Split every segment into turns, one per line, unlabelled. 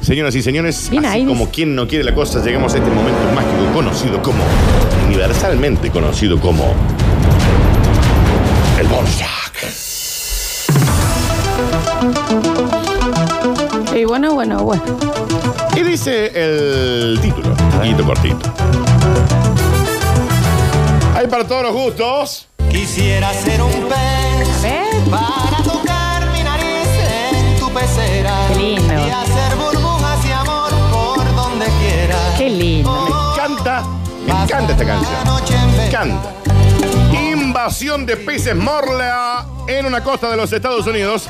Señoras y señores,
Bien
así
ahí,
como
dice.
quien no quiere la cosa, llegamos a este momento mágico conocido como, universalmente conocido como, el Bonsack.
Y bueno, bueno, bueno.
Y dice el título, poquito cortito. Hay para todos los gustos.
Quisiera ser un pez
¿Ves?
para tocar mi nariz en tu pecera
Qué lindo.
y hacer burbujas y amor por donde quiera.
Qué lindo.
Me encanta, me encanta esta
La
canción.
noche en
Me
vela.
encanta. Invasión de peces morla en una costa de los Estados Unidos.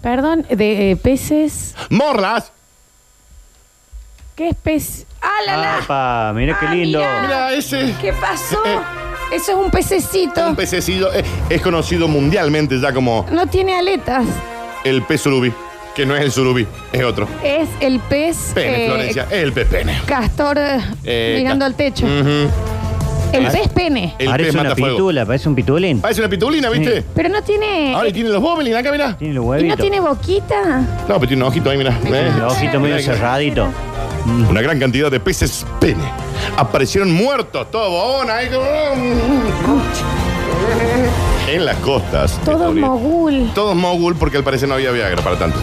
Perdón, de eh, peces.
Morlas.
¿Qué es pez? ¡Ah, la, la!
Apa, mira qué
Ah,
lindo.
mirá.
Mira, ese.
¿Qué pasó?
Eh,
Eso es un pececito.
Un pececillo eh, es conocido mundialmente ya como
No tiene aletas.
el pez surubí, que no es el surubí, es otro.
Es el pez.
Pene,
eh,
Florencia, es el pez pene.
Castor eh,
Eh,
mirando
ca-
al techo.
Ujú.
El
Ah.
pez pene.
El pez
parece una
mata fuego.
pitula, parece un pitulín.
Parece una pitulina, ¿viste?
Sí.
Pero no tiene.
Ahora y tiene los bobelins acá, mirá.
Tiene los
¿Y no
huevitos.
tiene boquita?
No, pero tiene un ojito ahí, mirá. ¿eh?
El ojito medio cerradito.
Una gran cantidad de peces pene. Aparecieron muertos, todo bobón ahí. mm, En las costas. de
Todo
Florida.
mogul.
Todos mogul porque al parecer no había Viagra para tanto.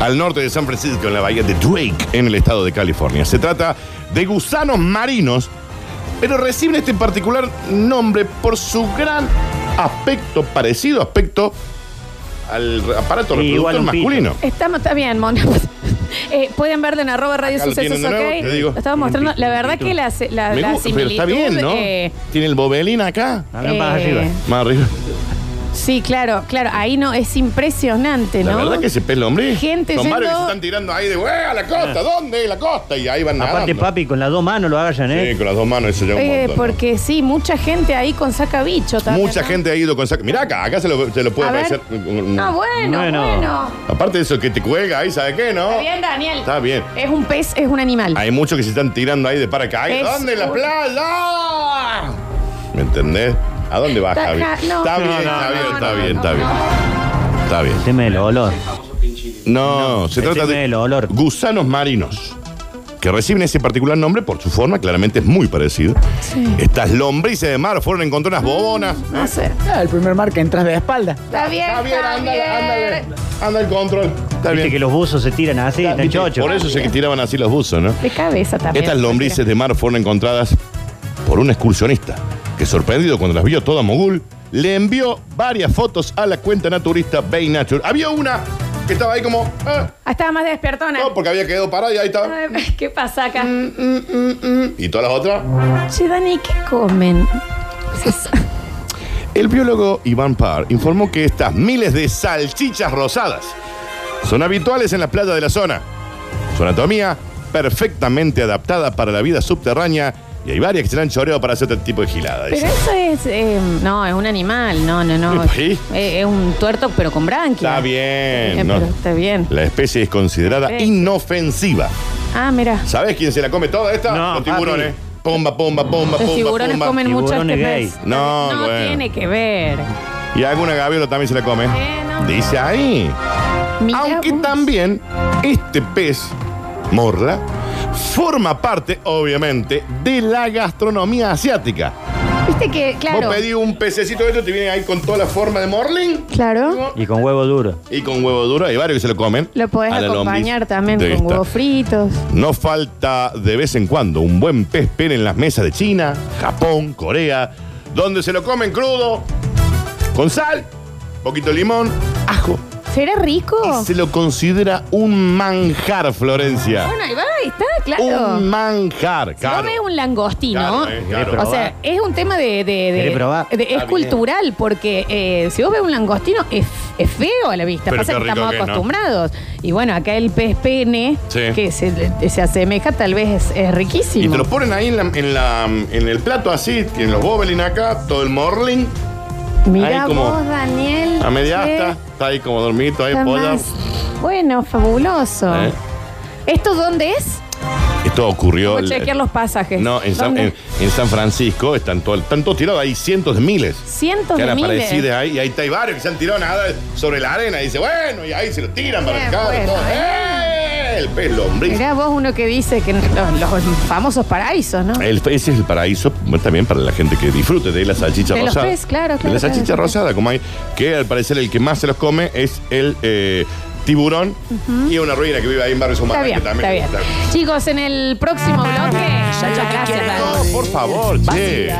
Al norte de San Francisco, en la bahía de Drake, en el estado de California. Se trata de gusanos marinos, pero reciben este particular nombre por su gran aspecto, parecido aspecto al re- aparato
Sí, igual
reproductor
un pito.
masculino.
Estamos, está bien, Mona. Eh, pueden verlo en arroba radio
Acá lo
sucesos,
tienen de nuevo,
ok.
te digo.
Lo estaba mostrando. La verdad que la, la,
Me
la
gusta, pero está
similitud,
bien, ¿no?
eh,
Tiene el bobelín acá.
Acá más
Eh,
arriba.
Más arriba.
sí, claro, claro. Ahí no, es impresionante,
La
¿no?
verdad que ese pelo, hombre.
Gente
Son varios que se
yendo-
están tirando ahí de, "Güey, a la costa! ¿Dónde? La costa. Y ahí van
Aparte,
nadando.
papi, con las dos manos lo hagan,
Sí,
¿eh?
con las dos manos, eso ya un
Eh,
montón, ¿no?
porque sí, mucha gente ahí con sacabicho también.
Mucha
¿no?
gente ha ido con saco. Mirá acá, acá se lo, se lo puede
A ver.
aparecer.
No, bueno, bueno.
Bueno.
Aparte de eso que te cuelga ahí, ¿sabe qué, no?
Está bien, Daniel.
Está bien.
Es un pez, es un animal.
Hay muchos que se están tirando ahí de paracaídas.
Es-
¿Dónde? ¡La playa! ¿Me entendés? ¿A dónde vas,
Está-
Javi?
ja- no.
Está bien,
No, no,
está
no,
bien,
no,
está
no,
bien,
no,
está
no.
bien. Está bien.
El tema del olor.
No, se
el
trata
tema
de
del olor.
gusanos marinos, que reciben ese particular nombre por su forma, claramente es muy parecido. Estas lombrices de mar fueron encontradas bobonas.
No sé.
Ah, el primer mar que entras de espalda.
Está bien,
Está bien, ándale,
Javier.
ándale. Anda el control. Está
Viste que
bien.
los buzos se tiran así, en
Viste,
chocho.
Por eso se que tiraban así los buzos, ¿no?
De cabeza también.
Estas lombrices de mar fueron encontradas por un excursionista que, sorprendido cuando las vio toda mogul, le envió varias fotos a la cuenta naturista Bay Nature. Había una que estaba ahí como. ah,
Ah, estaba más despiertona.
no, Mm, porque había quedado parada y ahí estaba.
Ay, ¿Qué pasa acá?
Y todas las otras.
Che, Dani, ¿qué comen?
El biólogo Iván Parr informó que estas miles de salchichas rosadas son habituales en las playas de la zona. Su anatomía perfectamente adaptada para la vida subterránea y hay varias que se la han choreado para hacer este tipo de gilada.
Pero
dice.
eso es. eh, no, es un animal. No, no, no.
¿Sí?
Eh, es un tuerto, pero con branquias.
Está
Eh,
bien. ¿no?
pero está bien.
La especie es considerada
Perfecto.
inofensiva.
Ah, mira.
¿Sabes quién se la come toda esta?
No,
Los tiburones.
papi.
Pomba, pomba, pomba,
Los
pomba,
tiburones
pomba.
comen mucho este
Tiburones gay.
pez.
No,
no
bueno.
tiene que ver.
Y alguna gaviola también se la come.
Eh, no,
Dice ahí.
Mirá
Aunque
vos.
también este pez, morla, forma parte, obviamente, de la gastronomía asiática.
Viste que, claro.
Vos pedís un pececito de esto, te viene ahí con toda la forma de morlín.
Claro.
Y con huevo duro.
Y con huevo duro, hay varios que se lo comen.
Lo podés
A la lombriz
acompañar también
de
con
esta.
huevos fritos.
No falta de vez en cuando un buen pez pene en las mesas de China, Japón, Corea, donde se lo comen crudo, con sal, poquito de limón, ajo.
¿Será rico?
Y se lo considera un manjar, Florencia.
Bueno, ahí va, ahí está, claro.
Un manjar,
No
caro.
ves un langostino.
Caro, eh, caro.
O sea, es un tema de. de, de-
¿Querés probar?
de- es
Está
cultural, porque eh, si vos ves un langostino, es, es feo a la vista.
Pero
Pasa
qué
que
rico
estamos
que es, ¿no?
acostumbrados. Y bueno, acá el pez pene,
Sí.
que se, se asemeja, tal vez es, es riquísimo.
Y te lo ponen ahí en, la- en la- en el plato así, tienen los bobelin acá, todo el morling,
Mirá
ahí como
vos, Daniel.
a media
che,
asta, está ahí como dormito, ahí
está
polla.
más- Bueno, fabuloso.
Eh.
¿Esto dónde es?
Esto ocurrió.
Voy a chequear los pasajes.
No, en San,
¿Dónde?
en- en San Francisco están, todo- están todos tirados ahí, cientos de miles.
Cientos
que
de
han aparecido
miles.
ahí, y ahí está hay varios que se han tirado nada sobre la arena, y dice, bueno, y ahí se lo tiran para
Eh,
acá,
bueno,
todo.
eh.
el pez lombriz.
Mirá vos uno que dice que los, los famosos paraísos, ¿no?
El pez es el paraíso bueno, también para la gente que disfrute de la salchicha
De los
rosada.
pez, claro,
De
claro,
la salchicha
claro,
rosada, como hay, que al parecer el que más se los come es el eh, tiburón y una ruina que vive ahí en Barrio Sumar.
Está bien,
que también-
está bien. Chicos, en el próximo bloque. Gracias, Dani.
No, por favor, che.